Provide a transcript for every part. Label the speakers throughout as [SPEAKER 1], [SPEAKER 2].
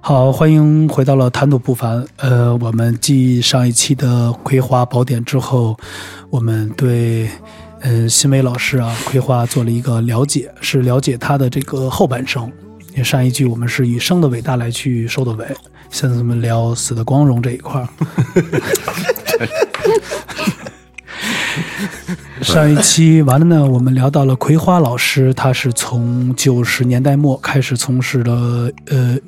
[SPEAKER 1] 好，欢迎回到了谈吐不凡。呃，我们继上一期的《葵花宝典》之后，我们对呃新梅老师啊葵花做了一个了解，是了解他的这个后半生。因为上一句我们是以生的伟大来去收的尾，现在我们聊死的光荣这一块儿。上一期完了呢，我们聊到了葵花老师，他是从九十年代末开始从事了呃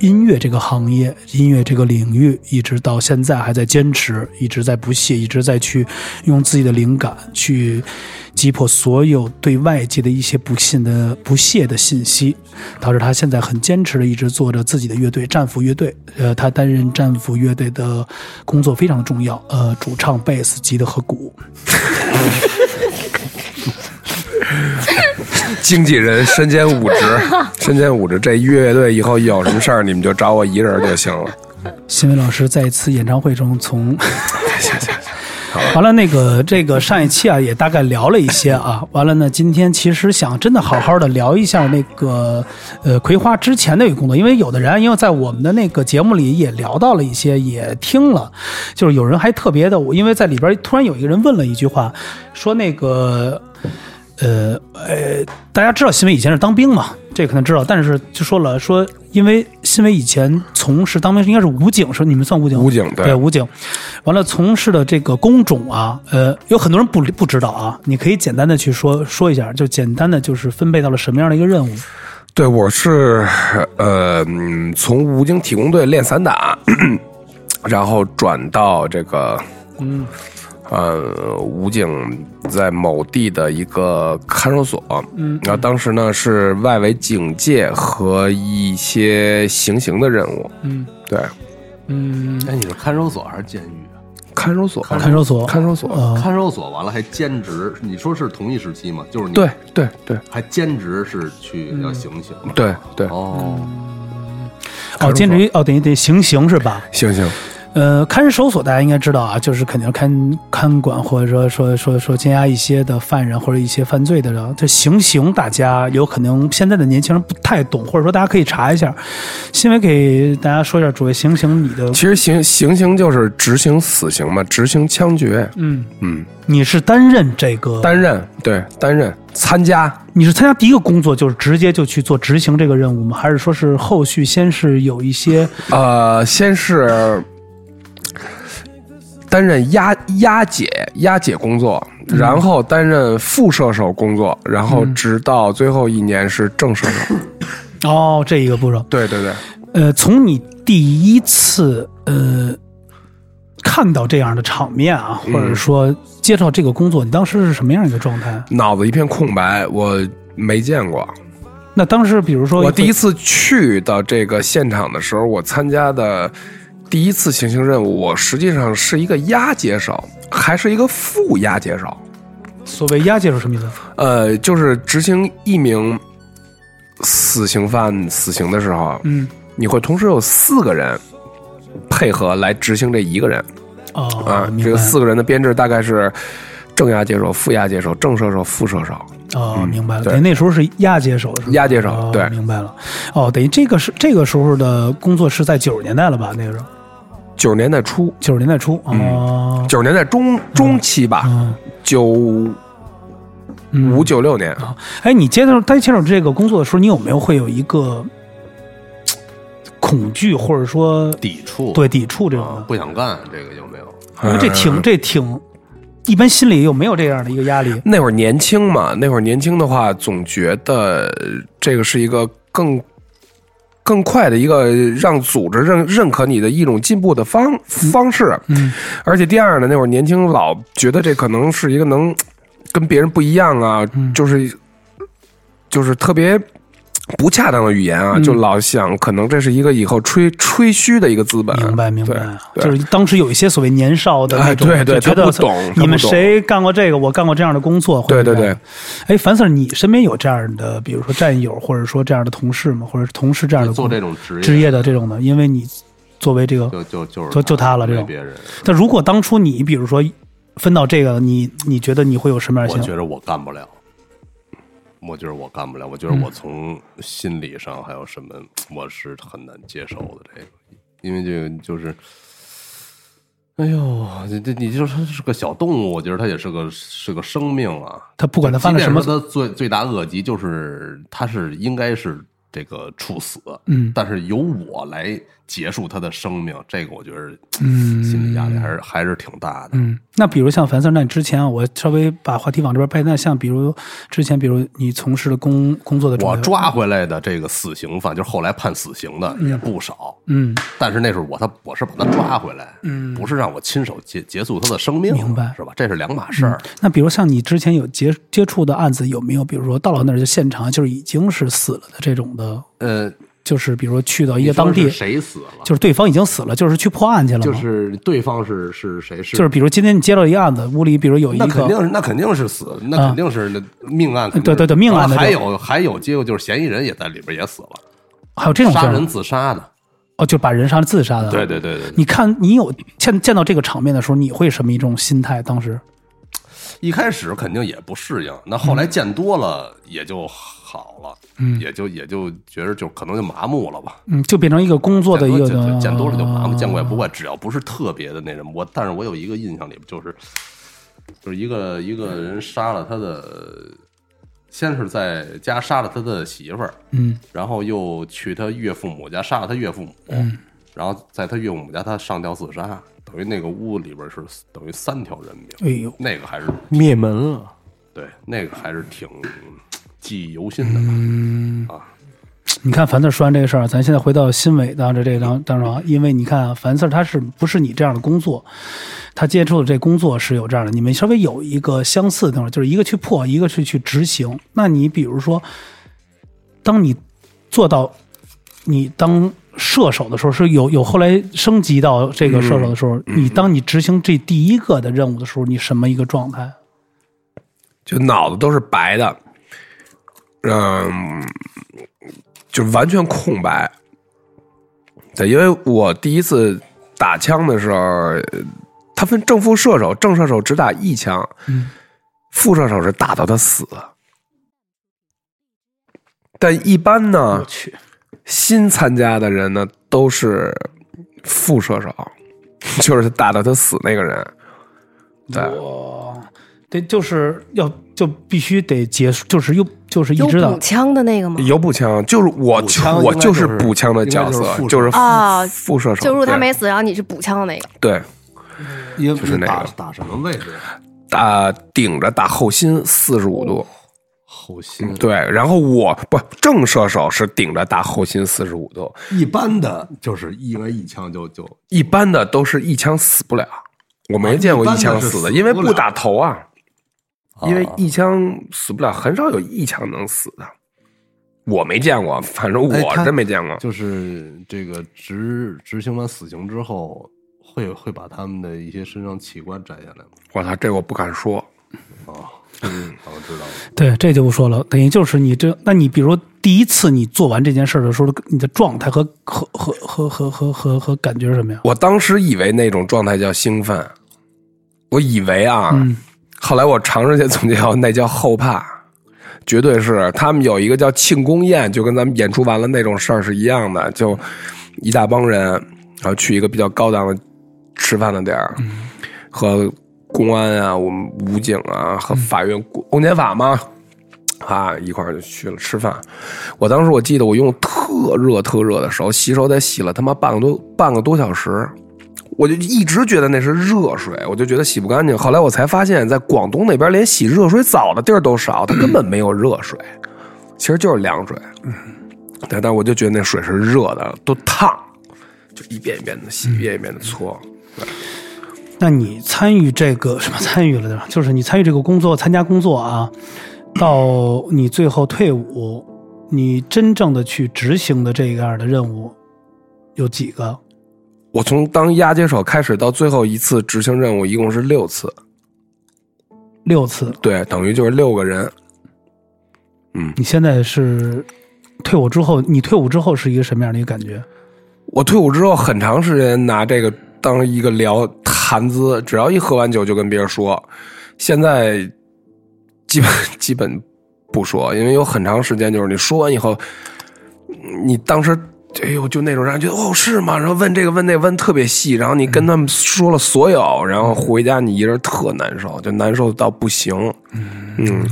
[SPEAKER 1] 音乐这个行业、音乐这个领域，一直到现在还在坚持，一直在不懈，一直在去用自己的灵感去击破所有对外界的一些不信的不屑的信息，导致他现在很坚持的一直做着自己的乐队战斧乐队。呃，他担任战斧乐队的工作非常重要，呃，主唱、贝斯、吉他和鼓。
[SPEAKER 2] 经纪人身兼五 职，身兼五职。这乐队以后有什么事儿，你们就找我一人就行了。
[SPEAKER 1] 新闻老师在一次演唱会中从。完了，那个这个上一期啊，也大概聊了一些啊。完了呢，今天其实想真的好好的聊一下那个呃葵花之前的一个工作，因为有的人啊因为在我们的那个节目里也聊到了一些，也听了，就是有人还特别的，我因为在里边突然有一个人问了一句话，说那个呃呃，大家知道新闻以前是当兵嘛，这可能知道，但是就说了说，因为新闻以前从事当兵应该是武警，是你们算武警吗？
[SPEAKER 2] 武警对
[SPEAKER 1] 对武警，完了从事的这个工种啊，呃，有很多人不不知道啊，你可以简单的去说说一下，就简单的就是分配到了什么样的一个任务。
[SPEAKER 2] 对，我是呃，嗯从武警体工队练散打， 然后转到这个，
[SPEAKER 1] 嗯
[SPEAKER 2] 呃，武警在某地的一个看守所，嗯，然后当时呢是外围警戒和一些行刑的任务，
[SPEAKER 1] 嗯
[SPEAKER 2] 对，
[SPEAKER 1] 嗯，
[SPEAKER 3] 哎，你是看守所还是监狱啊？
[SPEAKER 2] 看守所，
[SPEAKER 1] 看守所，
[SPEAKER 2] 看守所，
[SPEAKER 1] 呃，
[SPEAKER 3] 看守所完了还兼职，你说是同一时期吗？就是你
[SPEAKER 2] 对，对对
[SPEAKER 3] 还兼职是去要行刑吗？
[SPEAKER 2] 对对，
[SPEAKER 1] 嗯
[SPEAKER 3] 哦，
[SPEAKER 1] 哦，兼职哦，等于得行刑是吧？
[SPEAKER 2] 行行，
[SPEAKER 1] 呃，看守所大家应该知道啊，就是肯定看看管或者说说说说监押一些的犯人或者一些犯罪的人。这行刑大家有可能现在的年轻人不太懂，或者说大家可以查一下。新闻给大家说一下，主要行刑你的
[SPEAKER 2] 其，实行行刑就是执行死刑嘛，执行枪决，
[SPEAKER 1] 嗯，
[SPEAKER 2] 嗯，
[SPEAKER 1] 你是担任这个，
[SPEAKER 2] 担任对担任参加
[SPEAKER 1] 你是参加第一个工作就是直接就去做执行这个任务吗？还是说是后续先是有一些
[SPEAKER 2] 呃，先是担任押押解押解工作，然后担任副射手工作，然后直到最后一年是正射手。
[SPEAKER 1] 哦这一个步骤？
[SPEAKER 2] 对对对，
[SPEAKER 1] 呃，从你第一次呃看到这样的场面啊，
[SPEAKER 2] 嗯
[SPEAKER 1] 或者说接触到这个工作，你当时是什么样一个状态？
[SPEAKER 2] 脑子一片空白，我没见过。
[SPEAKER 1] 那当时比如说
[SPEAKER 2] 我第一
[SPEAKER 1] 次
[SPEAKER 2] 次去到这个现场的时候，我参加的第一次行刑任务，我实际上是一个押解手，还是一个副押解手。
[SPEAKER 1] 所谓押解是什么意思？
[SPEAKER 2] 呃，就是执行一名死刑犯死刑的时候，
[SPEAKER 1] 嗯，
[SPEAKER 2] 你会同时有四个人配合来执行这一个人
[SPEAKER 1] 哦，
[SPEAKER 2] 啊。
[SPEAKER 1] 明白
[SPEAKER 2] 这个四个人的编制大概是正押解手、副押解手、正射手、副射手。
[SPEAKER 1] 哦，明白了，
[SPEAKER 2] 嗯对
[SPEAKER 1] 等于那时候是押解手是吧？
[SPEAKER 2] 押解手
[SPEAKER 1] 哦
[SPEAKER 2] 对
[SPEAKER 1] 明白了。哦，等于这个是这个时候的工作是在九十年代了吧？那个时候
[SPEAKER 2] 九十年代初，
[SPEAKER 1] 九十年代初哦，
[SPEAKER 2] 九十年代中中期吧，
[SPEAKER 1] 嗯
[SPEAKER 2] 九五
[SPEAKER 1] 嗯
[SPEAKER 2] 九六年。
[SPEAKER 1] 哎，你接到在接手这个工作的时候，你有没有会有一个嘖恐惧，或者说
[SPEAKER 3] 抵触
[SPEAKER 1] 对抵触这种
[SPEAKER 3] 啊
[SPEAKER 1] 的？
[SPEAKER 3] 不想干这个有没有？
[SPEAKER 1] 因为这
[SPEAKER 2] 嗯
[SPEAKER 1] 挺这挺，一般心里有没有这样的一个压力？
[SPEAKER 2] 那会儿年轻嘛，那会儿年轻的话，总觉得呃这个是一个更更快的一个让组织认认可你的一种进步的方方式。
[SPEAKER 1] 嗯，
[SPEAKER 2] 而且第二呢，那会儿年轻老觉得这可能是一个能呃跟别人不一样啊，
[SPEAKER 1] 嗯
[SPEAKER 2] 就是就是特别。不恰当的语言啊，
[SPEAKER 1] 嗯
[SPEAKER 2] 就老想可能这是一个以后吹吹嘘的一个资本。啊
[SPEAKER 1] 明白明
[SPEAKER 2] 对
[SPEAKER 1] 白，
[SPEAKER 2] 对
[SPEAKER 1] 就是当时有一些所谓年少的那
[SPEAKER 2] 哎
[SPEAKER 1] 种，
[SPEAKER 2] 对对
[SPEAKER 1] 就觉
[SPEAKER 2] 他
[SPEAKER 1] 得
[SPEAKER 2] 不懂他
[SPEAKER 1] 你们
[SPEAKER 2] 不懂
[SPEAKER 1] 谁干过这个，我干过这样的工作，会
[SPEAKER 2] 对
[SPEAKER 1] 有
[SPEAKER 2] 对
[SPEAKER 1] 这
[SPEAKER 2] 对
[SPEAKER 1] 样，哎，樊 Sir，你身边有这样的，比如说战友，或者说这样的同事吗？或者是同事这样的
[SPEAKER 3] 就做
[SPEAKER 1] 工
[SPEAKER 3] 这种职业
[SPEAKER 1] 职业的这种的，因为你作为这个
[SPEAKER 3] 就就就是
[SPEAKER 1] 就就他了这
[SPEAKER 3] 对
[SPEAKER 1] 种
[SPEAKER 3] 别人，
[SPEAKER 1] 但如果当初你比如说分到这个，你你觉得你会有什么样
[SPEAKER 3] 我
[SPEAKER 1] 的想
[SPEAKER 3] 觉得我干不了。
[SPEAKER 4] 我觉得我干不了，我觉得
[SPEAKER 1] 嗯
[SPEAKER 4] 我从心理上还有什么，我是很难接受的这个，因为这个就是，哎呦，这这你就说它是个小动物，我觉得它也是个是个生命啊。
[SPEAKER 1] 他不管他犯了什么
[SPEAKER 4] 即，便说它罪罪大恶极，就是它是应该是这个处死，
[SPEAKER 1] 嗯
[SPEAKER 4] 但是由我来结束它的生命，这个我觉得，
[SPEAKER 1] 嗯
[SPEAKER 4] 心理压力还是还是挺大的。
[SPEAKER 1] 嗯，那比如像凡三战之前啊，我稍微把话题往这边掰，那像比如之前，比如你从事的工工作的
[SPEAKER 4] 我
[SPEAKER 1] 状态，
[SPEAKER 4] 抓回来的这个死刑犯，就是后来判死刑的也不少，
[SPEAKER 1] 嗯，
[SPEAKER 4] 但是那时候我他我是把他抓回来，嗯，不是让我亲手结结束他的生命，
[SPEAKER 1] 明白
[SPEAKER 4] 是吧？这是两码事儿。
[SPEAKER 1] 那比如像你之前有接接触的案子，有没有比如说到了那儿就现场就是已经是死了的这种的，
[SPEAKER 4] 呃，
[SPEAKER 1] 就是比如说去嗯到一
[SPEAKER 4] 你
[SPEAKER 1] 个
[SPEAKER 4] 说
[SPEAKER 1] 当地
[SPEAKER 4] 是，谁死了？
[SPEAKER 1] 就是对方已经死了，就是去破案去了吗？
[SPEAKER 4] 就是对方是是谁是？
[SPEAKER 1] 就是比如今天你接到一个案子，屋里比如有一
[SPEAKER 4] 那肯定
[SPEAKER 1] 个，啊
[SPEAKER 4] 是那肯定是死，那肯定是那命案肯定
[SPEAKER 1] 对
[SPEAKER 4] 是。
[SPEAKER 1] 对对命案的
[SPEAKER 4] 然后还
[SPEAKER 1] 这
[SPEAKER 4] 有还有结果就是嫌疑人也在里边也死了，
[SPEAKER 1] 还有这种事
[SPEAKER 4] 杀
[SPEAKER 1] 儿
[SPEAKER 4] 人
[SPEAKER 1] 吗
[SPEAKER 4] 自杀的。
[SPEAKER 1] 哦，就把人杀了自杀的，
[SPEAKER 4] 对对对对对。
[SPEAKER 1] 你看，你有见见到这个场面的时候，你会什么一种心态？当时，
[SPEAKER 4] 一开始肯定也不适应，那后来见多了也就好了，嗯，也就也就觉得就可能就麻木了吧。
[SPEAKER 1] 嗯，就变成一个工作的一
[SPEAKER 4] 见
[SPEAKER 1] 个呃
[SPEAKER 4] 多见见多了就
[SPEAKER 1] 啊
[SPEAKER 4] 麻木，见怪不怪。只要不是特别的那什么，我但是我有一个印象里就是，就是一个一个人杀了他的，先是在家杀了他的媳妇儿，
[SPEAKER 1] 嗯
[SPEAKER 4] 然后又去他岳父母家杀了他岳父母，然后在他岳父母家他上吊自杀，等于那个屋里边是等于三条人命，
[SPEAKER 1] 哎呦，
[SPEAKER 4] 那个还是
[SPEAKER 5] 灭门了，
[SPEAKER 4] 对，那个还是挺记忆犹新的吧。嗯啊，
[SPEAKER 1] 你看樊四说完这个事儿，咱现在回到新伟当这这当当中啊，因为你看啊，樊四他是不是你这样的工作？他接触的这工作是有这样的，你们稍微有一个相似的地方，就是一个去破，一个去去执行。那你比如说，当你做到你当射手的时候，是有有后来升级到这个射手的时候，
[SPEAKER 5] 嗯
[SPEAKER 1] 你当你执行这第一个的任务的时候，你什么一个状态？
[SPEAKER 2] 就脑子都是白的，嗯，就完全空白。对，因为我第一次打枪的时候，呃他分正副射手，正射手只打一枪，
[SPEAKER 1] 嗯
[SPEAKER 2] 副射手是打到他死。但一般呢，
[SPEAKER 1] 去，
[SPEAKER 2] 新参加的人呢都是副射手， 就是打到他死那个人。对，
[SPEAKER 1] 哇，对，就是要就必须得结束，就是又就是一
[SPEAKER 6] 有
[SPEAKER 1] 直到
[SPEAKER 6] 补枪的那个吗？
[SPEAKER 2] 有补枪，就是我
[SPEAKER 5] 补枪
[SPEAKER 2] 我
[SPEAKER 5] 应该
[SPEAKER 2] 就
[SPEAKER 5] 就是是
[SPEAKER 2] 补枪的角
[SPEAKER 4] 应该就是
[SPEAKER 2] 色，
[SPEAKER 4] 副
[SPEAKER 2] 就是
[SPEAKER 6] 啊
[SPEAKER 2] 副射手。
[SPEAKER 6] 就如果他
[SPEAKER 2] 对
[SPEAKER 6] 没死，然后你是补枪的那个。
[SPEAKER 2] 对
[SPEAKER 4] 因
[SPEAKER 2] 就是那个
[SPEAKER 4] 打打什么位置？
[SPEAKER 2] 打啊顶着打后心四十五度，
[SPEAKER 4] 后心。啊
[SPEAKER 2] 对，然后我不正射手是顶着打后心四十五度，
[SPEAKER 4] 一般的就是因为一枪就就
[SPEAKER 2] 一般的都是一枪死不了，我没见过一枪死的，
[SPEAKER 4] 啊一般的是死不了啊
[SPEAKER 2] 因为不打头啊，因为一枪死不了，很少有一枪能死的，我没见过，反正
[SPEAKER 4] 哎
[SPEAKER 2] 我
[SPEAKER 4] 他
[SPEAKER 2] 真没见过。
[SPEAKER 4] 就是这个执执行完死刑之后，会会把他们的一些身上器官摘下来吗？
[SPEAKER 2] 我操，这我不敢说，
[SPEAKER 4] 啊，嗯，我知道了。
[SPEAKER 1] 对，这就不说了。等于就是你这，那你比如第一次你做完这件事儿的时候，你的状态和和和和和和和和感觉是什么呀？
[SPEAKER 2] 我当时以为那种状态叫兴奋，我以为啊，
[SPEAKER 1] 嗯
[SPEAKER 2] 后来我尝试去总结后，那叫后怕，绝对是他们有一个叫庆功宴，就跟咱们演出完了那种事儿是一样的，就一大帮人，然后去一个比较高档的吃饭的地儿，
[SPEAKER 1] 嗯
[SPEAKER 2] 和公安啊、我们武警啊和法院、公检法嘛。啊，一块儿就去了吃饭。我当时我记得我用特热特热的手洗手，得洗了他妈半个多半个多小时。我就一直觉得那是热水，我就觉得洗不干净。后来我才发现，在广东那边连洗热水澡的地儿都少，它根本没有热水，其实就是凉水。对，但我就觉得那水是热的，都烫，就一遍一遍的洗，一遍一遍的搓。
[SPEAKER 1] 那你参与这个什么参与了的？就是你参与这个工作，参加工作啊，到你最后退伍，你真正的去执行的这样的任务有几个？
[SPEAKER 2] 我从当押解手开始到最后一次执行任务，一共是六次，
[SPEAKER 1] 六次。
[SPEAKER 2] 对，等于就是六个人。嗯，
[SPEAKER 1] 你现在是退伍之后，你退伍之后是一个什么样的一个感觉？
[SPEAKER 2] 我退伍之后很长时间拿这个当一个聊谈资，只 要一喝完酒就跟别人说。现在基本基本不说，因为有很长时间就是你说完以后，你当时。哎呦，就那种让人觉得哦是吗？然后问这个问那问特别细，然后你跟他们说了所有，然后回家你一人特难受，就难受到不行。嗯，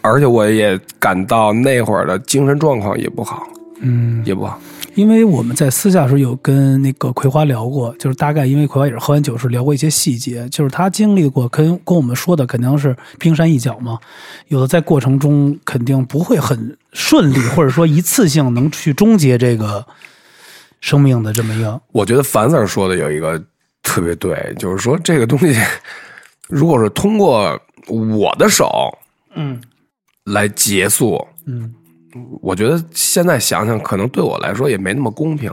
[SPEAKER 2] 而且我也感到那会儿的精神状况也不好，
[SPEAKER 1] 嗯，
[SPEAKER 2] 也不好。
[SPEAKER 1] 因为我们在私下的时候有跟那个葵花聊过，就是大概因为葵花也是喝完酒是聊过一些细节，就是他经历过跟跟我们说的肯定是冰山一角嘛，有的在过程中肯定不会很顺利，或者说一次性能去终结这个生命的这么一个。
[SPEAKER 2] 我觉得樊 Sir 说的有一个特别对，就是说这个东西，如果是通过我的手
[SPEAKER 1] 嗯
[SPEAKER 2] 来结束，
[SPEAKER 1] 嗯
[SPEAKER 2] 我觉得现在想想，可能对我来说也没那么公平。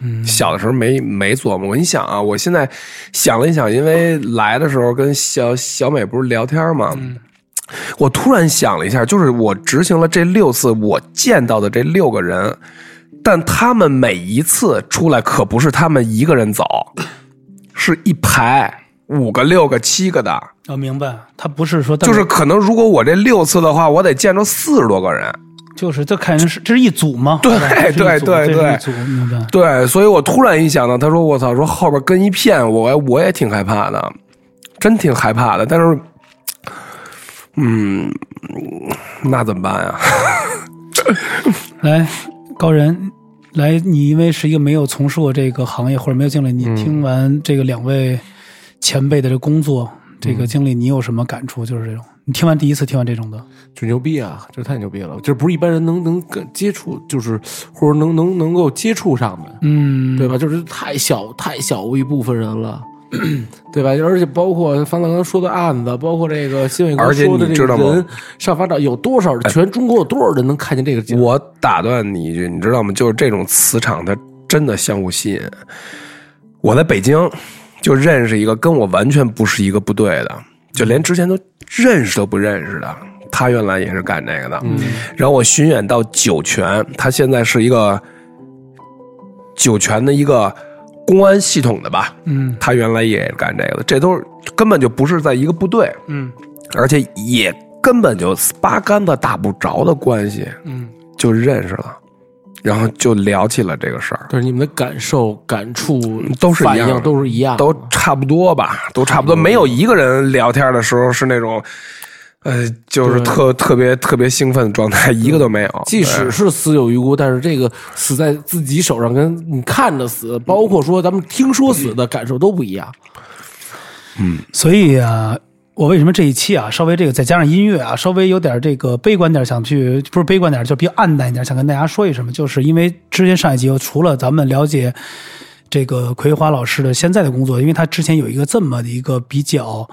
[SPEAKER 1] 嗯
[SPEAKER 2] 小的时候没没琢磨过。你想啊，我现在想了一想，因为来的时候跟小小美不是聊天嘛，我突然想了一下，就是我执行了这六次，我见到的这六个人，但他们每一次出来可不是他们一个人走，是一排五个、六个、七个的。
[SPEAKER 1] 我、哦明白，他不是说
[SPEAKER 2] 就是可能如果我这六次的话，我得见着四十多个人。
[SPEAKER 1] 就是这肯定是这是一组嘛，
[SPEAKER 2] 对
[SPEAKER 1] 吧这是一
[SPEAKER 2] 对
[SPEAKER 1] 组
[SPEAKER 2] 对
[SPEAKER 1] 这是
[SPEAKER 2] 对
[SPEAKER 1] 一组明白。
[SPEAKER 2] 对，所以我突然一想到，他说我操，说后边跟一片，我我也挺害怕的，真挺害怕的。但是，嗯，那怎么办呀？
[SPEAKER 1] 来，高人，来，你因为是一个没有从事过这个行业或者没有经历，你听完这个两位前辈的这工作、这个经历，你有什么感触？就是这种，你听完第一次听完这种的，
[SPEAKER 3] 就牛逼啊！这太牛逼了，这不是一般人能能跟接触，就是或者能能能够接触上的，
[SPEAKER 1] 嗯
[SPEAKER 3] 对吧？就是太小太小一部分人了， 对吧？而且包括樊老刚说的案子，包括这个新伟哥
[SPEAKER 2] 而且
[SPEAKER 3] 说的
[SPEAKER 2] 你
[SPEAKER 3] 这
[SPEAKER 2] 知
[SPEAKER 3] 个
[SPEAKER 2] 道吗
[SPEAKER 3] 人上发展，有多少人全中国有多少人能看见这个节目？
[SPEAKER 2] 我打断你一句，你知道吗？就是这种磁场，它真的相互吸引。我在北京就认识一个跟我完全不是一个部队的，就连之前都认识都不认识的，他原来也是干这个的。
[SPEAKER 1] 嗯
[SPEAKER 2] 然后我巡演到酒泉，他现在是一个酒泉的一个公安系统的吧，
[SPEAKER 1] 嗯
[SPEAKER 2] 他原来也干这个的，这都是根本就不是在一个部队，
[SPEAKER 1] 嗯
[SPEAKER 2] 而且也根本就八竿子打不着的关系。
[SPEAKER 1] 嗯，
[SPEAKER 2] 就认识了，然后就聊起了这个事儿，
[SPEAKER 3] 但是你们的感受、感触
[SPEAKER 2] 都是一
[SPEAKER 3] 反
[SPEAKER 2] 样的
[SPEAKER 3] 应都是一样的，
[SPEAKER 2] 都差不多吧，都差不多，没有一个人聊天的时候是那种，呃，就是
[SPEAKER 3] 对
[SPEAKER 2] 特特别特别兴奋的状态，一个都没有。
[SPEAKER 3] 即使是死有余辜，但是这个死在自己手上，跟你看着死，
[SPEAKER 2] 嗯
[SPEAKER 3] 包括说咱们听说死的感受都不一样。
[SPEAKER 1] 所以啊。我为什么这一期啊，稍微这个再加上音乐啊，稍微有点这个悲观点，想去不是悲观点，就比较暗淡一点，想跟大家说一声，就是因为之前上一集，除了咱们了解这个葵花老师的现在的工作，因为他之前有一个这么的一个比较，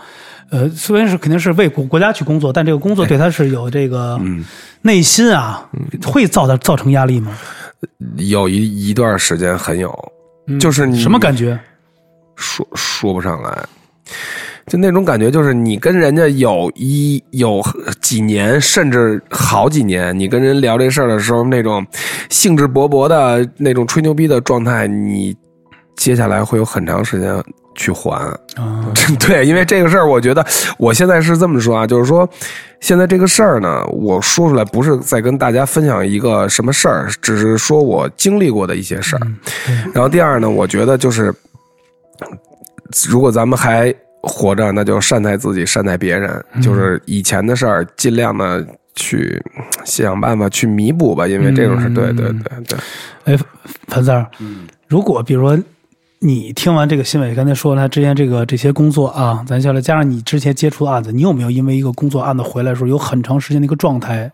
[SPEAKER 1] 呃，虽然是肯定是为国国家去工作，但这个工作对他是有这个内心啊，会造的造成压力吗？
[SPEAKER 2] 哎有一一段时间很有，就是你
[SPEAKER 1] 什么感觉？
[SPEAKER 2] 说说不上来。就那种感觉，就是你跟人家有一有几年，甚至好几年，你跟人聊这事儿的时候，那种兴致勃勃的那种吹牛逼的状态，你接下来会有很长时间去还。
[SPEAKER 1] 啊，
[SPEAKER 2] 对，因为这个事儿，我觉得我现在是这么说啊，就是说，现在这个事儿呢，我说出来不是在跟大家分享一个什么事儿，只是说我经历过的一些事儿。然后第二呢，我觉得就是，如果咱们还活着，那就善待自己，善待别人，就是以前的事儿，尽量的去想办法去弥补吧，因为这种事儿，对对对对，
[SPEAKER 1] 哎，樊三儿，
[SPEAKER 4] 嗯
[SPEAKER 1] 如果比如说你听完这个新伟刚才说了他之前这个这些工作啊，咱下来加上你之前接触的案子，你有没有因为一个工作案子回来的时候有很长时间的一个状态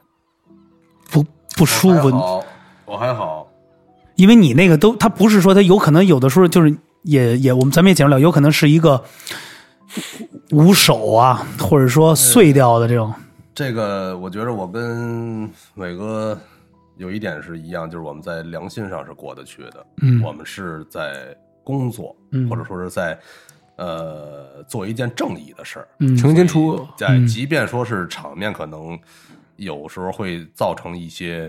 [SPEAKER 1] 不不舒
[SPEAKER 4] 哦
[SPEAKER 1] 服？
[SPEAKER 3] 我还好，
[SPEAKER 1] 因为你那个都，他不是说他有可能有的时候就是也也，我们咱们也解释不了，有可能是一个无手啊，或者说碎掉的这种。
[SPEAKER 4] 这个我觉得我跟伟哥有一点是一样，就是我们在良心上是过得去的。
[SPEAKER 1] 嗯
[SPEAKER 4] 我们是在工作，
[SPEAKER 1] 嗯
[SPEAKER 4] 或者说是在呃做一件正义的事儿。
[SPEAKER 1] 嗯
[SPEAKER 3] 成天出恶，
[SPEAKER 4] 在即便说是场面可能有时候会造成一些，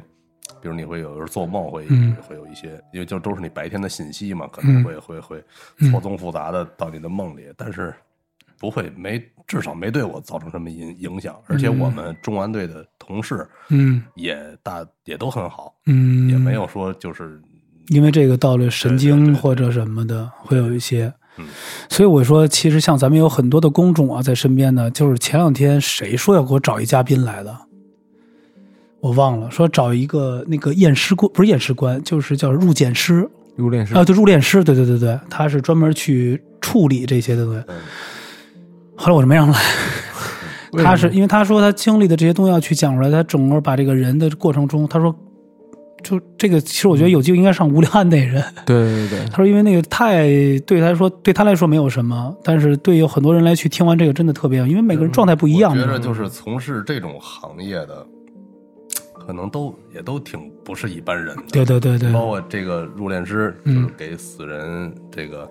[SPEAKER 4] 比如你会有时候做梦会、会有一些，因为就都是你白天的信息嘛，可能会、会会错综复杂的到你的梦里，但是不会没，至少没对我造成什么影影响。而且我们中安队的同事
[SPEAKER 1] 嗯
[SPEAKER 4] 也大也都很好，
[SPEAKER 1] 嗯，
[SPEAKER 4] 也没有说就是
[SPEAKER 1] 因为这个到了神经
[SPEAKER 4] 对对对
[SPEAKER 1] 或者什么的，会有一些。
[SPEAKER 4] 嗯
[SPEAKER 1] 所以我说，其实像咱们有很多的工种啊，在身边呢。就是前两天谁说要给我找一嘉宾来的，我忘了，说找一个那个验尸官，不是验尸官，就是叫入殓师
[SPEAKER 2] 入殓师
[SPEAKER 1] 啊，对，入殓师，对对对对，他是专门去处理这些的东西。后来我就没让来，他是因为他说他经历的这些东西要去讲出来，他整个把这个人的过程中，他说。就这个，其实我觉得有机会应该上无聊案内人，
[SPEAKER 2] 对对对，
[SPEAKER 1] 他说因为那个太对他来说对他来说没有什么，但是对有很多人来去听完这个真的特别，因为每个人状态不一样
[SPEAKER 4] 我
[SPEAKER 1] 嘛。
[SPEAKER 4] 觉着就是从事这种行业的，可能都也都挺不是一般人的。
[SPEAKER 1] 对对对对，
[SPEAKER 4] 包括这个入殓师，就是给死人这个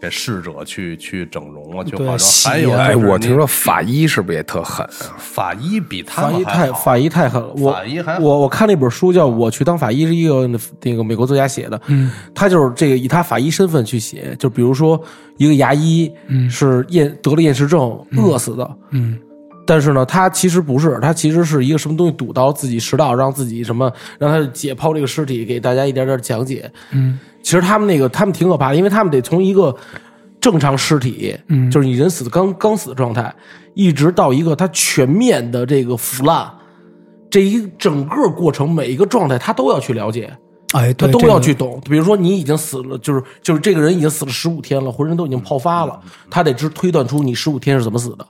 [SPEAKER 4] 给逝者去去整容啊，去
[SPEAKER 1] 对
[SPEAKER 4] 化妆。
[SPEAKER 1] 洗啊
[SPEAKER 4] 还有
[SPEAKER 2] 哎，
[SPEAKER 4] 就是
[SPEAKER 2] 我
[SPEAKER 4] 你
[SPEAKER 2] 听说法医是不是也特狠啊？
[SPEAKER 4] 法医比他
[SPEAKER 3] 法
[SPEAKER 4] 们
[SPEAKER 3] 医
[SPEAKER 4] 还
[SPEAKER 3] 太
[SPEAKER 4] 好
[SPEAKER 3] 法医太狠了，我
[SPEAKER 4] 法医还好
[SPEAKER 3] 我我看了一本书叫《我去当法医》，是一个那个美国作家写的，
[SPEAKER 1] 嗯
[SPEAKER 3] 他就是这个以他法医身份去写，就比如说一个牙医
[SPEAKER 1] 嗯
[SPEAKER 3] 是厌得了厌食症饿死的，
[SPEAKER 1] 嗯
[SPEAKER 3] 但是呢，他其实不是，他其实是一个什么东西堵到自己食道，让自己什么让他解剖这个尸体，给大家一点点讲解。
[SPEAKER 1] 嗯
[SPEAKER 3] 其实他们那个他们挺可怕的，因为他们得从一个正常尸体，
[SPEAKER 1] 嗯
[SPEAKER 3] 就是你人死的刚刚死的状态，一直到一个他全面的这个腐烂，这一整个过程每一个状态他都要去了解。
[SPEAKER 1] 哎，
[SPEAKER 3] 他
[SPEAKER 1] 对，
[SPEAKER 3] 都
[SPEAKER 1] 这个
[SPEAKER 3] 要去懂。比如说，你已经死了，就是就是这个人已经死了十五天了，浑身都已经泡发了，
[SPEAKER 1] 嗯
[SPEAKER 3] 他得知推断出你十五天是怎么死的，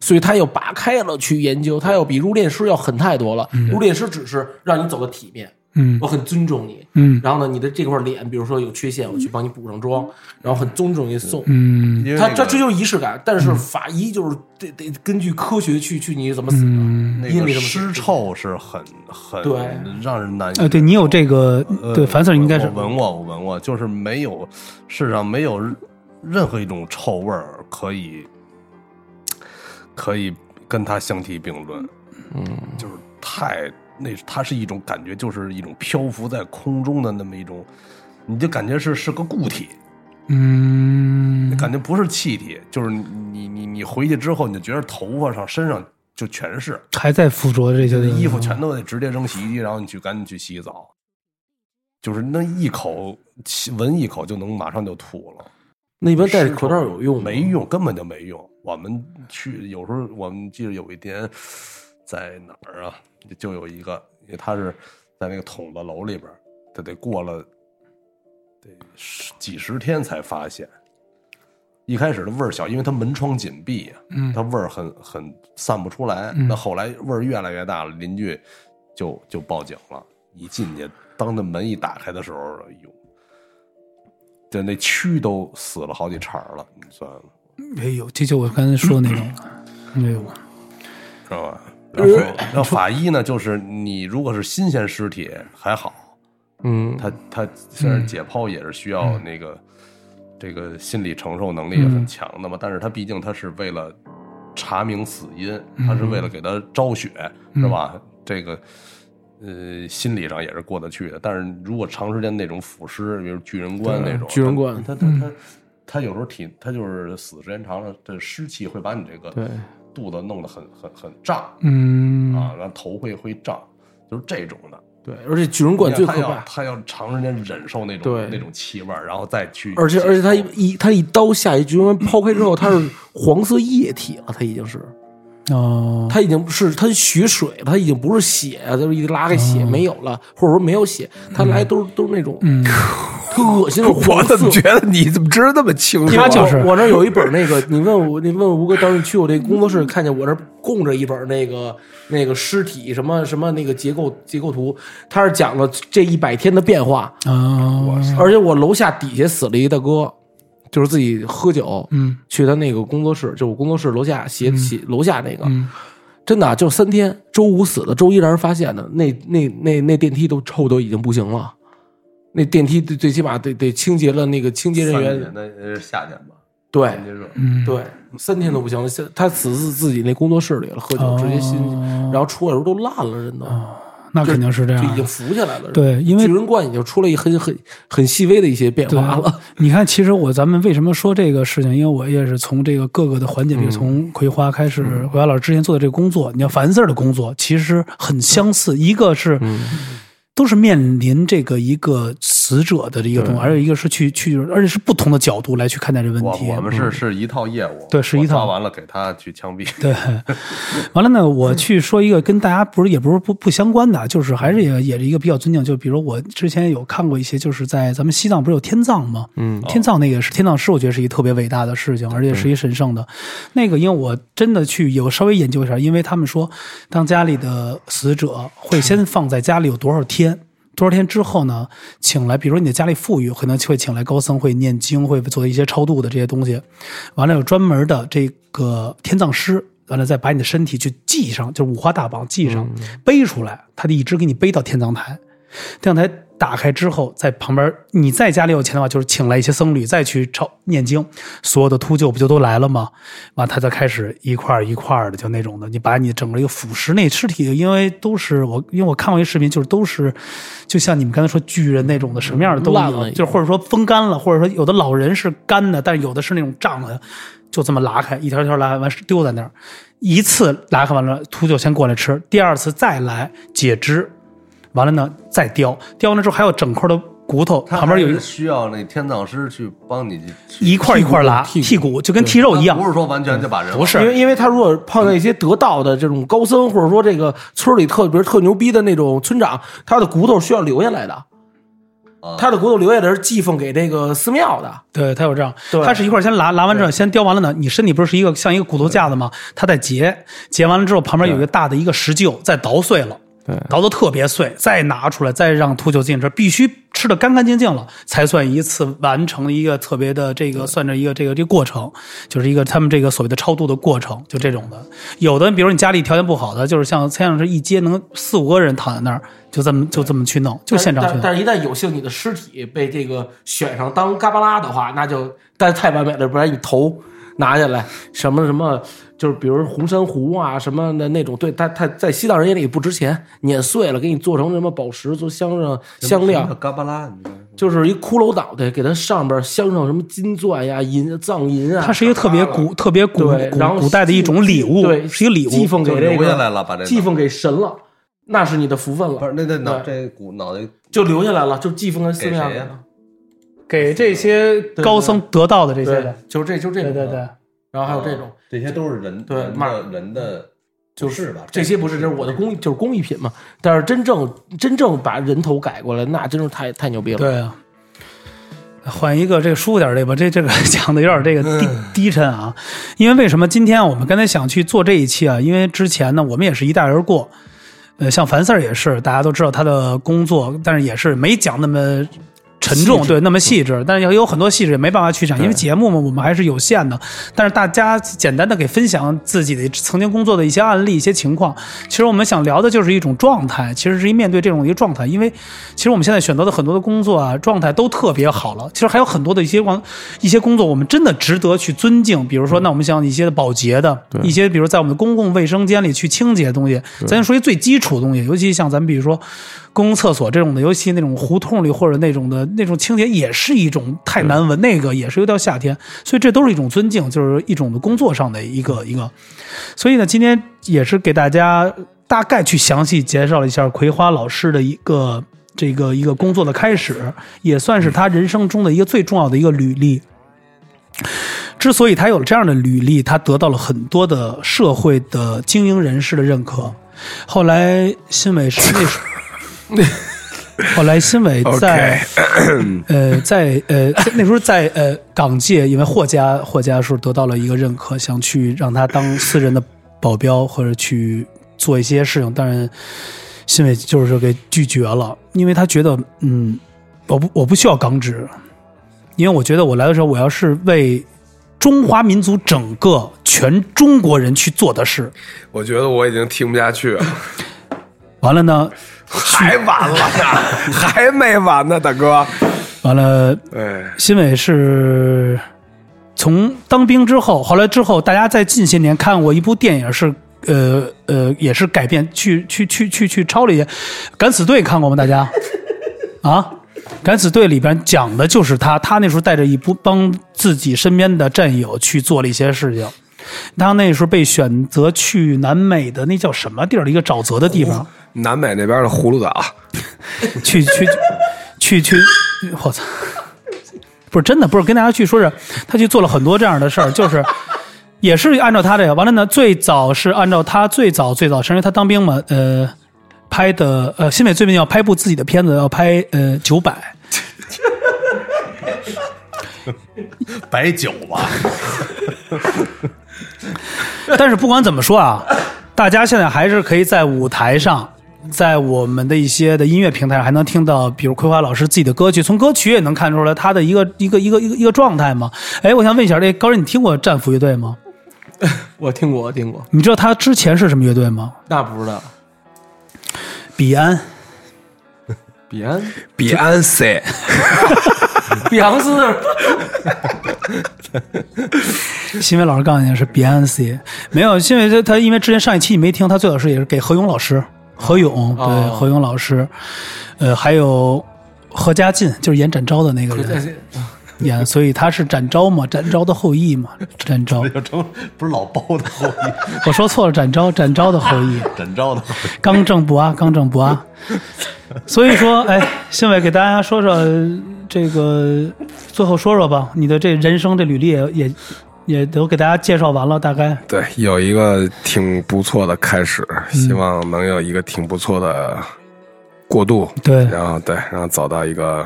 [SPEAKER 3] 所以他要扒开了去研究，他要比入殓师要狠太多了。入殓师只是让你走个体面，
[SPEAKER 1] 嗯
[SPEAKER 3] 我很尊重你，
[SPEAKER 1] 嗯
[SPEAKER 3] 然后呢，你的这块脸，比如说有缺陷，我去帮你补上妆，然后很尊重你送。
[SPEAKER 1] 嗯
[SPEAKER 4] 因为
[SPEAKER 3] 他
[SPEAKER 4] 那
[SPEAKER 3] 他
[SPEAKER 4] 个
[SPEAKER 3] 追求仪式感，但是法医就是得得根据科学去去你怎么死的，
[SPEAKER 4] 那
[SPEAKER 1] 嗯
[SPEAKER 3] 因
[SPEAKER 4] 个
[SPEAKER 3] 为什么
[SPEAKER 4] 尸臭是很很
[SPEAKER 3] 对
[SPEAKER 4] 让人难以。
[SPEAKER 1] 哎，对你有这个
[SPEAKER 4] 呃
[SPEAKER 1] 对樊 Sir 应该是
[SPEAKER 4] 我我闻过，我闻过，就是没有世上没有任何一种臭味儿可以可以跟它相提并论。嗯，就是太那它是一种感觉，就是一种漂浮在空中的那么一种，你就感觉是是个固体，
[SPEAKER 1] 嗯
[SPEAKER 4] 感觉不是气体，就是你你你你回去之后，你就觉得头发上身上就全是。
[SPEAKER 1] 还在附着这些
[SPEAKER 4] 这
[SPEAKER 1] 东西
[SPEAKER 4] 衣服全都得直接扔洗衣机，然后你去赶紧去洗澡，就是那一口吸闻一口就能马上就吐了，
[SPEAKER 3] 那一般戴着口罩有用吗
[SPEAKER 4] 没？用，根本就没用。我们去有时候我们记得有一天在哪儿啊，就有一个他是在那个筒子楼里边儿，他得过了得十几十天才发现。一开始的味儿小，因为它门窗紧闭啊，
[SPEAKER 1] 嗯
[SPEAKER 4] 它味儿很很散不出来。
[SPEAKER 1] 嗯
[SPEAKER 4] 那后来味儿越来越大了，邻居就就报警了。一进去，当那门一打开的时候，哎呦，这那蛆都死了好几茬儿了，你算了，
[SPEAKER 1] 哎呦，这就我刚才说的那种，哎呦，
[SPEAKER 4] 知道吧？然后，然后法医呢，就是你如果是新鲜尸体还好，
[SPEAKER 3] 嗯，
[SPEAKER 4] 他他虽然解剖也是需要那个、这个心理承受能力也很强的嘛，但是他毕竟他是为了查明死因，他是为了给他昭雪，是吧？这个呃心理上也是过得去的。但是如果长时间那种腐尸，比如巨人观那种，
[SPEAKER 3] 巨人观
[SPEAKER 4] 他他他他有时候体他就是死时间长了，这湿气会把你这
[SPEAKER 3] 对
[SPEAKER 4] 个肚子弄得很很很胀
[SPEAKER 1] 嗯
[SPEAKER 4] 啊，然后头会会胀，就是这种的。
[SPEAKER 3] 对，而且巨人观最可
[SPEAKER 4] 他
[SPEAKER 3] 怕
[SPEAKER 4] 要。他要长时间忍受那
[SPEAKER 3] 对
[SPEAKER 4] 种那种气味儿，然后再去
[SPEAKER 3] 而且
[SPEAKER 4] 接
[SPEAKER 3] 而且他
[SPEAKER 4] 受
[SPEAKER 3] 一一他一刀下一局，抛开之后，它是黄色液体了，它已经是，
[SPEAKER 1] 哦，
[SPEAKER 3] 它已经是它血水了，它已经不是血，就是一拉开血没有了，或者说没有血，它来都是都是那种
[SPEAKER 1] 嗯，
[SPEAKER 3] 特恶心 的
[SPEAKER 2] 我
[SPEAKER 3] 黄色
[SPEAKER 2] 怎。么觉得你怎么知道那么清楚
[SPEAKER 1] 他
[SPEAKER 2] 啊？
[SPEAKER 1] 就是
[SPEAKER 3] 我我那有一本那个，你问我，你问吴哥，当时去我这工作室看见我那供着一本那个那个尸体什么什么那个结构结构图，它是讲了这一百天的变化，
[SPEAKER 1] 哦，
[SPEAKER 3] 而且我楼下底下死了一大哥，就是自己喝酒，
[SPEAKER 1] 嗯，
[SPEAKER 3] 去他那个工作室，就我工作室楼下写写楼下那个，
[SPEAKER 1] 嗯
[SPEAKER 3] 真的啊就三天，周五死的，周一让人发现的，那那那那电梯都臭都已经不行了，那电梯最最起码得得清洁了那个清洁人
[SPEAKER 4] 三
[SPEAKER 3] 员哎
[SPEAKER 4] 年，那那是夏天吧，
[SPEAKER 3] 对
[SPEAKER 4] 天气热，
[SPEAKER 1] 嗯，
[SPEAKER 3] 对，三天都不行了，现他死自自己那工作室里了，喝酒直接心，
[SPEAKER 1] 哦
[SPEAKER 3] 然后出来的时候都烂了，人都。
[SPEAKER 1] 那肯定是这
[SPEAKER 3] 就已
[SPEAKER 1] 样
[SPEAKER 3] 经
[SPEAKER 1] 的。
[SPEAKER 3] 浮起来了。是吧
[SPEAKER 1] 对，因为
[SPEAKER 3] 巨人观已经出了一很很很细微的一些变
[SPEAKER 1] 对
[SPEAKER 3] 化了。
[SPEAKER 1] 你看，其实我咱们为什么说这个事情？因为我也是从这个各个的环节，比如从葵花开始，葵花老师之前做的这个工作，你看凡事的工作其实很相似，一个是。都是面临这个一个死者的一个东西，而有一个是去去，而且是不同的角度来去看待这问
[SPEAKER 4] 我
[SPEAKER 1] 题。
[SPEAKER 4] 我们
[SPEAKER 3] 嗯
[SPEAKER 4] 是是一套业务，
[SPEAKER 1] 对是一
[SPEAKER 4] 我抓
[SPEAKER 1] 套
[SPEAKER 4] 完了给他去枪毙，
[SPEAKER 1] 对，完了呢，我去说一个跟大家不是也不是不不相关的，就是还是也也是一个比较尊敬，就比如我之前有看过一些，就是在咱们西藏不是有天葬吗？嗯，天葬那个是天葬师，我觉得是一特别伟大的事情，而且是一神圣的。那个因为我真的去有稍微研究一下，因为他们说，当家里的死者会先放在家里有多少天。多少天之后呢？请来，比如说你的家里富裕，可能会请来高僧，会念经，会做一些超度的这些东西。完了有专门的这个天葬师，完了再把你的身体去系上，就是五花大绑系上，背出来，他得一直给你背到天葬台。天葬台打开之后，在旁边，你在家里有钱的话，就是请来一些僧侣再去抄念经，所有的秃鹫不就都来了吗？完，他才开始一块儿一块儿的，就那种的，你把你整个一个腐蚀那尸体，因为都是我，因为我看过一视频，就是都是，就像你们刚才说巨人那种的，什么样的都
[SPEAKER 3] 烂了
[SPEAKER 1] 有，就是或者说风干了，或者说有的老人是干的，但是有的是那种胀的，就这么拉开，一条条拉开，完是丢在那儿，一次拉开完了，秃鹫先过来吃，第二次再来解肢，完了呢再雕，雕完了之后还有整块的骨头，
[SPEAKER 4] 他
[SPEAKER 1] 旁边有
[SPEAKER 4] 还
[SPEAKER 1] 一
[SPEAKER 4] 是需要那天葬师去帮你去
[SPEAKER 1] 一块一块拉，
[SPEAKER 3] 剔骨
[SPEAKER 1] 剔骨就跟剔肉一样
[SPEAKER 4] 他，不是说完全就把人
[SPEAKER 1] 不是
[SPEAKER 3] 因为因为他如果碰到一些得道的这种高僧，或者说这个村里特别特牛逼的那种村长，他的骨头需要留下来的，
[SPEAKER 4] 啊
[SPEAKER 3] 他的骨头留下来是寄奉给这个寺庙的。
[SPEAKER 1] 对，它有这样，
[SPEAKER 3] 对
[SPEAKER 1] 它是一块儿先拉拉完之后，先雕完了呢。你身体不是一个像一个骨头架子吗？它在结，结完了之后，旁边有一个大的一个石臼，再捣碎了，
[SPEAKER 3] 对
[SPEAKER 1] 捣得特别碎，再拿出来，再让秃鹫进吃，必须吃的干干净净了，才算一次完成一个特别的这个算着一个这个这个过程，就是一个他们这个所谓的超度的过程，就这种的。有的，比如你家里条件不好的，就是像蔡老师一街能四五个人躺在那儿，就这么就这么去弄，就现场去
[SPEAKER 3] 但
[SPEAKER 1] 弄。
[SPEAKER 3] 但是一旦有幸你的尸体被这个选上当嘎巴拉的话，那就但是太完美了，不然你头拿下来什么什么，就是比如红珊瑚啊什么的那种，对它它在西藏人眼里不值钱，碾碎了给你做成什么宝石，做镶上香料，
[SPEAKER 4] 嘎巴拉，你看
[SPEAKER 3] 就是一骷髅脑袋，给它上边镶上什么金钻呀、银藏银啊，
[SPEAKER 1] 它是一个特别古、特别古
[SPEAKER 3] 对
[SPEAKER 1] 古
[SPEAKER 3] 然后
[SPEAKER 1] 古代的一种礼物，
[SPEAKER 3] 对，
[SPEAKER 1] 是一个礼
[SPEAKER 3] 寄
[SPEAKER 1] 物。
[SPEAKER 3] 奉给
[SPEAKER 4] 就
[SPEAKER 3] 这
[SPEAKER 4] 留下
[SPEAKER 3] 个
[SPEAKER 4] 来了，把这
[SPEAKER 3] 寄奉给神了，那是你的福分
[SPEAKER 4] 不
[SPEAKER 3] 了，
[SPEAKER 4] 是那那脑
[SPEAKER 3] 对
[SPEAKER 4] 这骨脑袋
[SPEAKER 3] 就留下来了，就寄奉给寺
[SPEAKER 4] 给
[SPEAKER 3] 庙
[SPEAKER 4] 谁
[SPEAKER 3] 里
[SPEAKER 4] 呀
[SPEAKER 3] 了。
[SPEAKER 1] 给这些高僧得到的这些
[SPEAKER 3] 对
[SPEAKER 1] 的，，
[SPEAKER 3] 就这就这
[SPEAKER 1] 对
[SPEAKER 3] 种，
[SPEAKER 1] 对对，
[SPEAKER 3] 然后还有这种，
[SPEAKER 4] 这些都是人
[SPEAKER 3] 对
[SPEAKER 4] 人
[SPEAKER 3] 骂
[SPEAKER 4] 的人的就是吧？
[SPEAKER 3] 这些不是，这是我的工
[SPEAKER 4] 嗯
[SPEAKER 3] 艺，就是工艺品嘛。但是真正真正把人头改过来，那真是太太牛逼了。
[SPEAKER 1] 对啊。换一个这个舒服点儿的吧，这这个 讲的有点这个低、低沉啊。因为为什么今天我们刚才想去做这一期啊？因为之前呢，我们也是一带而过。呃，像樊四儿也是，大家都知道他的工作，但是也是没讲那么沉重，对，那么细致。但是也有很多细致也没办法去讲，因为节目嘛，我们还是有限的。但是大家简单的给分享自己的曾经工作的一些案例、一些情况。其实我们想聊的就是一种状态，其实是一面对这种一个状态，因为其实我们现在选择的很多的工作啊，状态都特别好了。其实还有很多的一些往一些工作，我们真的值得去尊敬。比如说，那我们像一些保洁的，一些比如在我们的公共卫生间里去清洁的东西，咱说一最基础的东西，尤其像咱们比如说公共厕所这种的，尤其那种胡同里或者那种的那种清洁，也是一种太难闻，那个也是有点夏天。所以这都是一种尊敬，就是一种的工作上的一个一个。所以呢，今天也是给大家大概去详细介绍了一下葵花老师的一个这个一个工作的开始，也算是他人生中的一个最重要的一个履历。之所以他有了这样的履历，他得到了很多的社会的精英人士的认可。后来新伟是那时候，后来新伟在
[SPEAKER 2] OK
[SPEAKER 1] 呃在呃在那时候在呃港界，因为霍家霍家时候得到了一个认可，想去让他当私人的保镖或者去做一些事情，但是新伟就是给拒绝了，因为他觉得嗯，我不我不需要港纸，因为我觉得我来的时候，我要是为中华民族整个全中国人去做的事，
[SPEAKER 2] 我觉得我已经听不 下去了，
[SPEAKER 1] 完了呢，
[SPEAKER 2] 还完 了呢，还没完呢，大哥。
[SPEAKER 1] 完了，
[SPEAKER 2] 哎，
[SPEAKER 1] 新伟是从当兵之后，后来之后，大家在近些年看过一部电影，是呃呃，也是改变去去去去去抄了一些。敢死队看过吗？大家啊？敢死队里边讲的就是他，他那时候带着一帮帮自己身边的战友去做了一些事情。他那时候被选择去南美的那叫什么地儿？一个沼泽的地方，
[SPEAKER 2] 南美那边的葫芦岛，
[SPEAKER 1] 去去去去，我操！不是真的，不是跟大家去说是，他去做了很多这样的事儿，就是也是按照他这个。完了呢，最早是按照他最早最早，是因为他当兵嘛，呃，拍的呃，新美最近要拍部自己的片子，要拍呃九百。
[SPEAKER 4] 白酒吧，
[SPEAKER 1] 但是不管怎么说啊，大家现在还是可以在舞台上，在我们的一些的音乐平台上，还能听到，比如葵花老师自己的歌曲，从歌曲也能看出来他的一个一个一个一个一个状态嘛。哎，我想问一下，这高人，你听过战斧乐队吗？
[SPEAKER 3] 我听过，我听过，
[SPEAKER 1] 你知道他之前是什么乐队吗？
[SPEAKER 3] 那不知道。
[SPEAKER 1] 比安，
[SPEAKER 3] 比安，
[SPEAKER 2] 比安 C，
[SPEAKER 3] 比昂斯，
[SPEAKER 1] 新伟老师告诉你是 Beyonce，没有，新伟他他因为之前上一期你没听，他最早是也是给何勇老师，何勇对、
[SPEAKER 3] 哦
[SPEAKER 1] 何勇老师，呃，还有何家劲，就是演展昭的那个人演，所以他是展昭嘛，展昭的后裔 嘛，展昭，
[SPEAKER 4] 要 成不是老包的后裔，
[SPEAKER 1] 我说错了，展昭，展昭的后 裔，
[SPEAKER 4] 怎着的后裔？
[SPEAKER 1] 刚正不阿，刚正不阿，所以说，哎，新伟给大家说说呃这个，最后说说吧，你的这人生这履历也也也都给大家介绍完了，大概。
[SPEAKER 2] 对，有一个挺不错的开始，
[SPEAKER 1] 嗯
[SPEAKER 2] 希望能有一个挺不错的过渡，
[SPEAKER 1] 对
[SPEAKER 2] 然后对，然后走到一个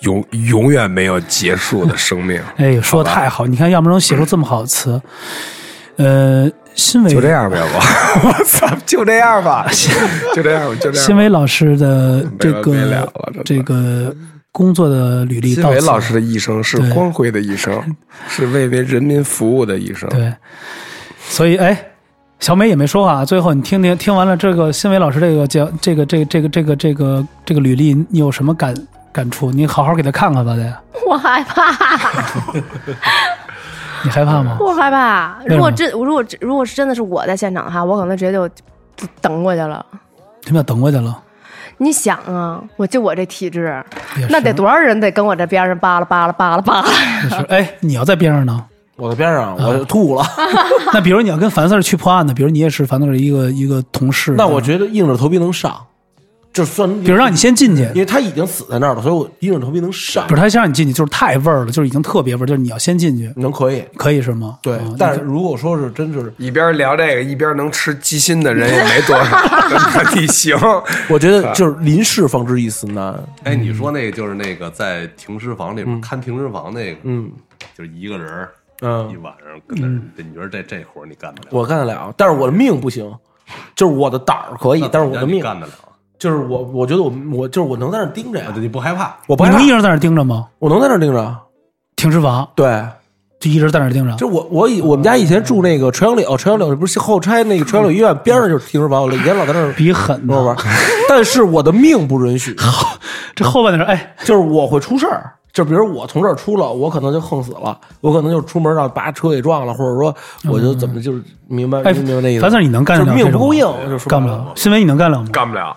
[SPEAKER 2] 永永远没有结束的生命，
[SPEAKER 1] 哎，说的太好，你看，要不然能写出这么好的词。呃，新
[SPEAKER 2] 就这
[SPEAKER 1] 伟，
[SPEAKER 2] 样吧，要不，我 操，就这 样吧，就这样吧，就这样
[SPEAKER 1] 新
[SPEAKER 2] 吧。
[SPEAKER 1] 伟老师的这
[SPEAKER 2] 没完没了
[SPEAKER 1] 个
[SPEAKER 2] 了真的
[SPEAKER 1] 这个工作的履历
[SPEAKER 2] 新
[SPEAKER 1] 到
[SPEAKER 2] 伟
[SPEAKER 1] 此，
[SPEAKER 2] 老师的一生是
[SPEAKER 1] 对
[SPEAKER 2] 光辉的一生，是为为人民服务的一生。
[SPEAKER 1] 对，所以哎，小美也没说话。啊最后你听听听完了这个新伟老师这个讲这个这个这个这个这个这个履历，你有什么感感触？你好好给他看看吧，得，
[SPEAKER 6] 我害怕，
[SPEAKER 1] 你害怕吗？
[SPEAKER 6] 我害怕。
[SPEAKER 1] 为什么
[SPEAKER 6] 如果真，如果真如果是真的是我在现场哈，我可能直接就就等过去了。
[SPEAKER 1] 什么叫等过去了？
[SPEAKER 6] 你想啊，我就我这体质，
[SPEAKER 1] 也
[SPEAKER 6] 那
[SPEAKER 1] 是
[SPEAKER 6] 得多少人得跟我这边上扒拉扒拉扒拉扒拉。
[SPEAKER 1] 也是。哎，你要在边啊上呢？
[SPEAKER 3] 我在边上，我吐了。
[SPEAKER 1] 那比如你要跟樊四儿去破案呢？比如你也是樊四儿的一个一个同事，
[SPEAKER 3] 那我觉得硬着头皮能上，就算
[SPEAKER 1] 比如让你先进去，
[SPEAKER 3] 因为他已经死在那儿了，所以我硬着头皮能上
[SPEAKER 1] 不，是他先让你进去，就是太味儿了，就是已经特别味儿，就是你要先进去，
[SPEAKER 3] 能可以。
[SPEAKER 1] 可以是吗？
[SPEAKER 3] 对
[SPEAKER 1] 嗯，
[SPEAKER 3] 但是如果说是真是，
[SPEAKER 2] 一边聊这个，一边能吃鸡心的人也没多少，你行。
[SPEAKER 3] 我觉得就是临事方知一思难。
[SPEAKER 4] 哎，你说那个就是那个在停尸房里边看停尸房那个，嗯，就是一个人儿
[SPEAKER 3] 嗯
[SPEAKER 4] 一晚上跟那儿，你觉得这这活儿你干得了？
[SPEAKER 3] 我干得了，但是我的命不行，就是我的胆儿可以
[SPEAKER 4] 那，
[SPEAKER 3] 但是我的
[SPEAKER 4] 你
[SPEAKER 3] 命
[SPEAKER 4] 干得了，
[SPEAKER 3] 就是我，我觉得我我就是我能在那儿盯着呀
[SPEAKER 4] 啊，你不害怕？
[SPEAKER 3] 我不
[SPEAKER 1] 你
[SPEAKER 3] 害怕
[SPEAKER 1] 能一，直在那儿盯着吗？
[SPEAKER 3] 我能在那儿盯着。啊
[SPEAKER 1] 停尸房
[SPEAKER 3] 对，
[SPEAKER 1] 就一直在那儿盯着
[SPEAKER 3] 就。我我以我们家以前
[SPEAKER 1] 嗯
[SPEAKER 3] 住那个垂杨柳，垂杨柳不是后拆那个垂杨柳医院边上就是停尸房，我以前老在那儿
[SPEAKER 1] 比狠
[SPEAKER 3] 玩
[SPEAKER 1] 的，
[SPEAKER 3] 玩，但是我的命不允许，
[SPEAKER 1] 这后半段说，哎，
[SPEAKER 3] 就是我会出事儿。就比如我从这儿出了，我可能就横死了，我可能就出门让把车给撞了，或者说我就怎么就是明白
[SPEAKER 1] 哎，
[SPEAKER 3] 明白那意思
[SPEAKER 1] 樊四。儿，你能干
[SPEAKER 3] 就
[SPEAKER 1] 得
[SPEAKER 3] 是
[SPEAKER 1] 了？
[SPEAKER 3] 命不够硬，，就说
[SPEAKER 1] 干不了。新闻你能干了吗？
[SPEAKER 2] 干不了，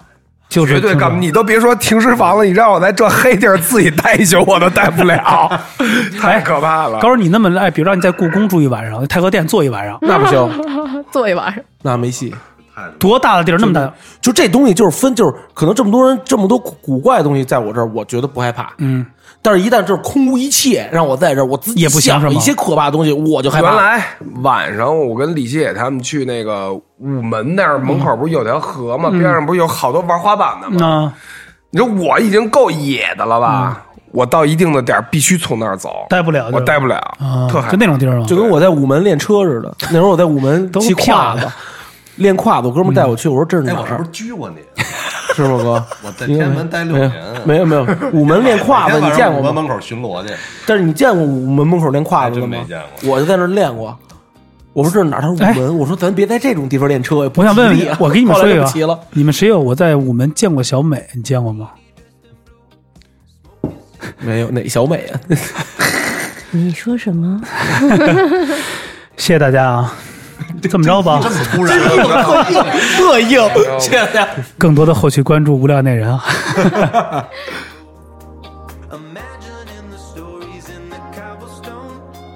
[SPEAKER 1] 就是
[SPEAKER 2] 绝对干不了。。你都别说停尸房了，你让我在这黑地儿自己待一宿，我都待不了， 太可怕了。
[SPEAKER 1] 高儿，你那么爱，比如让你在故宫住一晚上，太和殿坐一晚上，
[SPEAKER 3] 那不行，
[SPEAKER 6] 坐一晚上，
[SPEAKER 3] 那没戏。
[SPEAKER 1] 多大的地儿，那么大，
[SPEAKER 3] 就这东西就是分，就是可能这么多人这么多古古怪的东西在我这儿，我觉得不害怕。嗯，但是一旦这儿空无一切，让我在这儿，我自己
[SPEAKER 1] 也不行
[SPEAKER 3] 想
[SPEAKER 1] 是吗
[SPEAKER 3] 一些可怕的东西，我就害怕。
[SPEAKER 2] 原来哎晚上我跟李姐他们去那个午门那儿门口不是有条河吗？边上不是有好多玩滑板的吗？
[SPEAKER 1] 那
[SPEAKER 2] 你说我已经够野的了吧？我到一定的点儿必须从那儿走，
[SPEAKER 1] 待不了。
[SPEAKER 2] 我嗯待不了，
[SPEAKER 1] 啊，
[SPEAKER 2] 特害
[SPEAKER 1] 就那种地儿吗？
[SPEAKER 3] 就跟我在午门练车似的，那时候我在午门
[SPEAKER 1] 都
[SPEAKER 3] 骑
[SPEAKER 1] 漂
[SPEAKER 3] 胯子
[SPEAKER 1] 亮，
[SPEAKER 3] 练胯子，我哥们儿带我去，我说这是
[SPEAKER 4] 哎，
[SPEAKER 3] 哪
[SPEAKER 4] 我是不
[SPEAKER 3] 儿
[SPEAKER 4] 是？拘过你？ 啊
[SPEAKER 3] 是吗，哥？
[SPEAKER 4] 我在天安门待六
[SPEAKER 3] 没有
[SPEAKER 4] 年，啊
[SPEAKER 3] 没有没有，午门练胯子
[SPEAKER 4] 每天
[SPEAKER 3] 你
[SPEAKER 4] 晚上
[SPEAKER 3] 见
[SPEAKER 4] 我
[SPEAKER 3] 过
[SPEAKER 4] 们
[SPEAKER 3] 吗？
[SPEAKER 4] 门口巡 逻去，
[SPEAKER 3] 但是你见过午门门口练胯
[SPEAKER 4] 还
[SPEAKER 3] 子的
[SPEAKER 4] 真
[SPEAKER 3] 吗
[SPEAKER 4] 没？见过。
[SPEAKER 3] 我就在那儿练过。我说这是哪儿？他说
[SPEAKER 1] 哎
[SPEAKER 3] 午门。我说咱别在这种地方练车呀。不
[SPEAKER 1] 我想问问
[SPEAKER 3] 吉
[SPEAKER 1] 你
[SPEAKER 3] 利啊，
[SPEAKER 1] 我给你们
[SPEAKER 3] 后
[SPEAKER 1] 说一
[SPEAKER 3] 来就
[SPEAKER 1] 个
[SPEAKER 3] 不骑了
[SPEAKER 1] 啊，你们谁有我在午门见过小美？你见过吗？
[SPEAKER 3] 没有哪小美啊？
[SPEAKER 6] 你说什么？
[SPEAKER 1] 谢谢大家啊！这么着吧，
[SPEAKER 3] 突然
[SPEAKER 1] 膈应。
[SPEAKER 7] 谢谢。
[SPEAKER 1] 更多的后续关注无聊内人啊。
[SPEAKER 8] Imagining the stories in the cobblestone